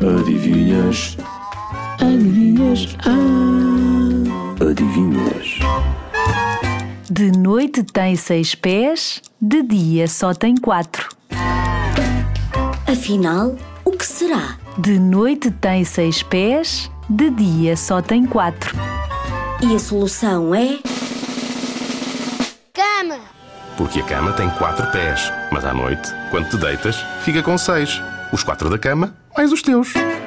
Adivinhas? Adivinhas? Ah! Adivinhas? De noite tem seis pés, de dia só tem quatro. Afinal, o que será? De noite tem seis pés, de dia só tem quatro. E a solução é. Cama. Porque a cama tem quatro pés, mas à noite, quando te deitas, fica com seis. Os quatro da cama, mais os teus.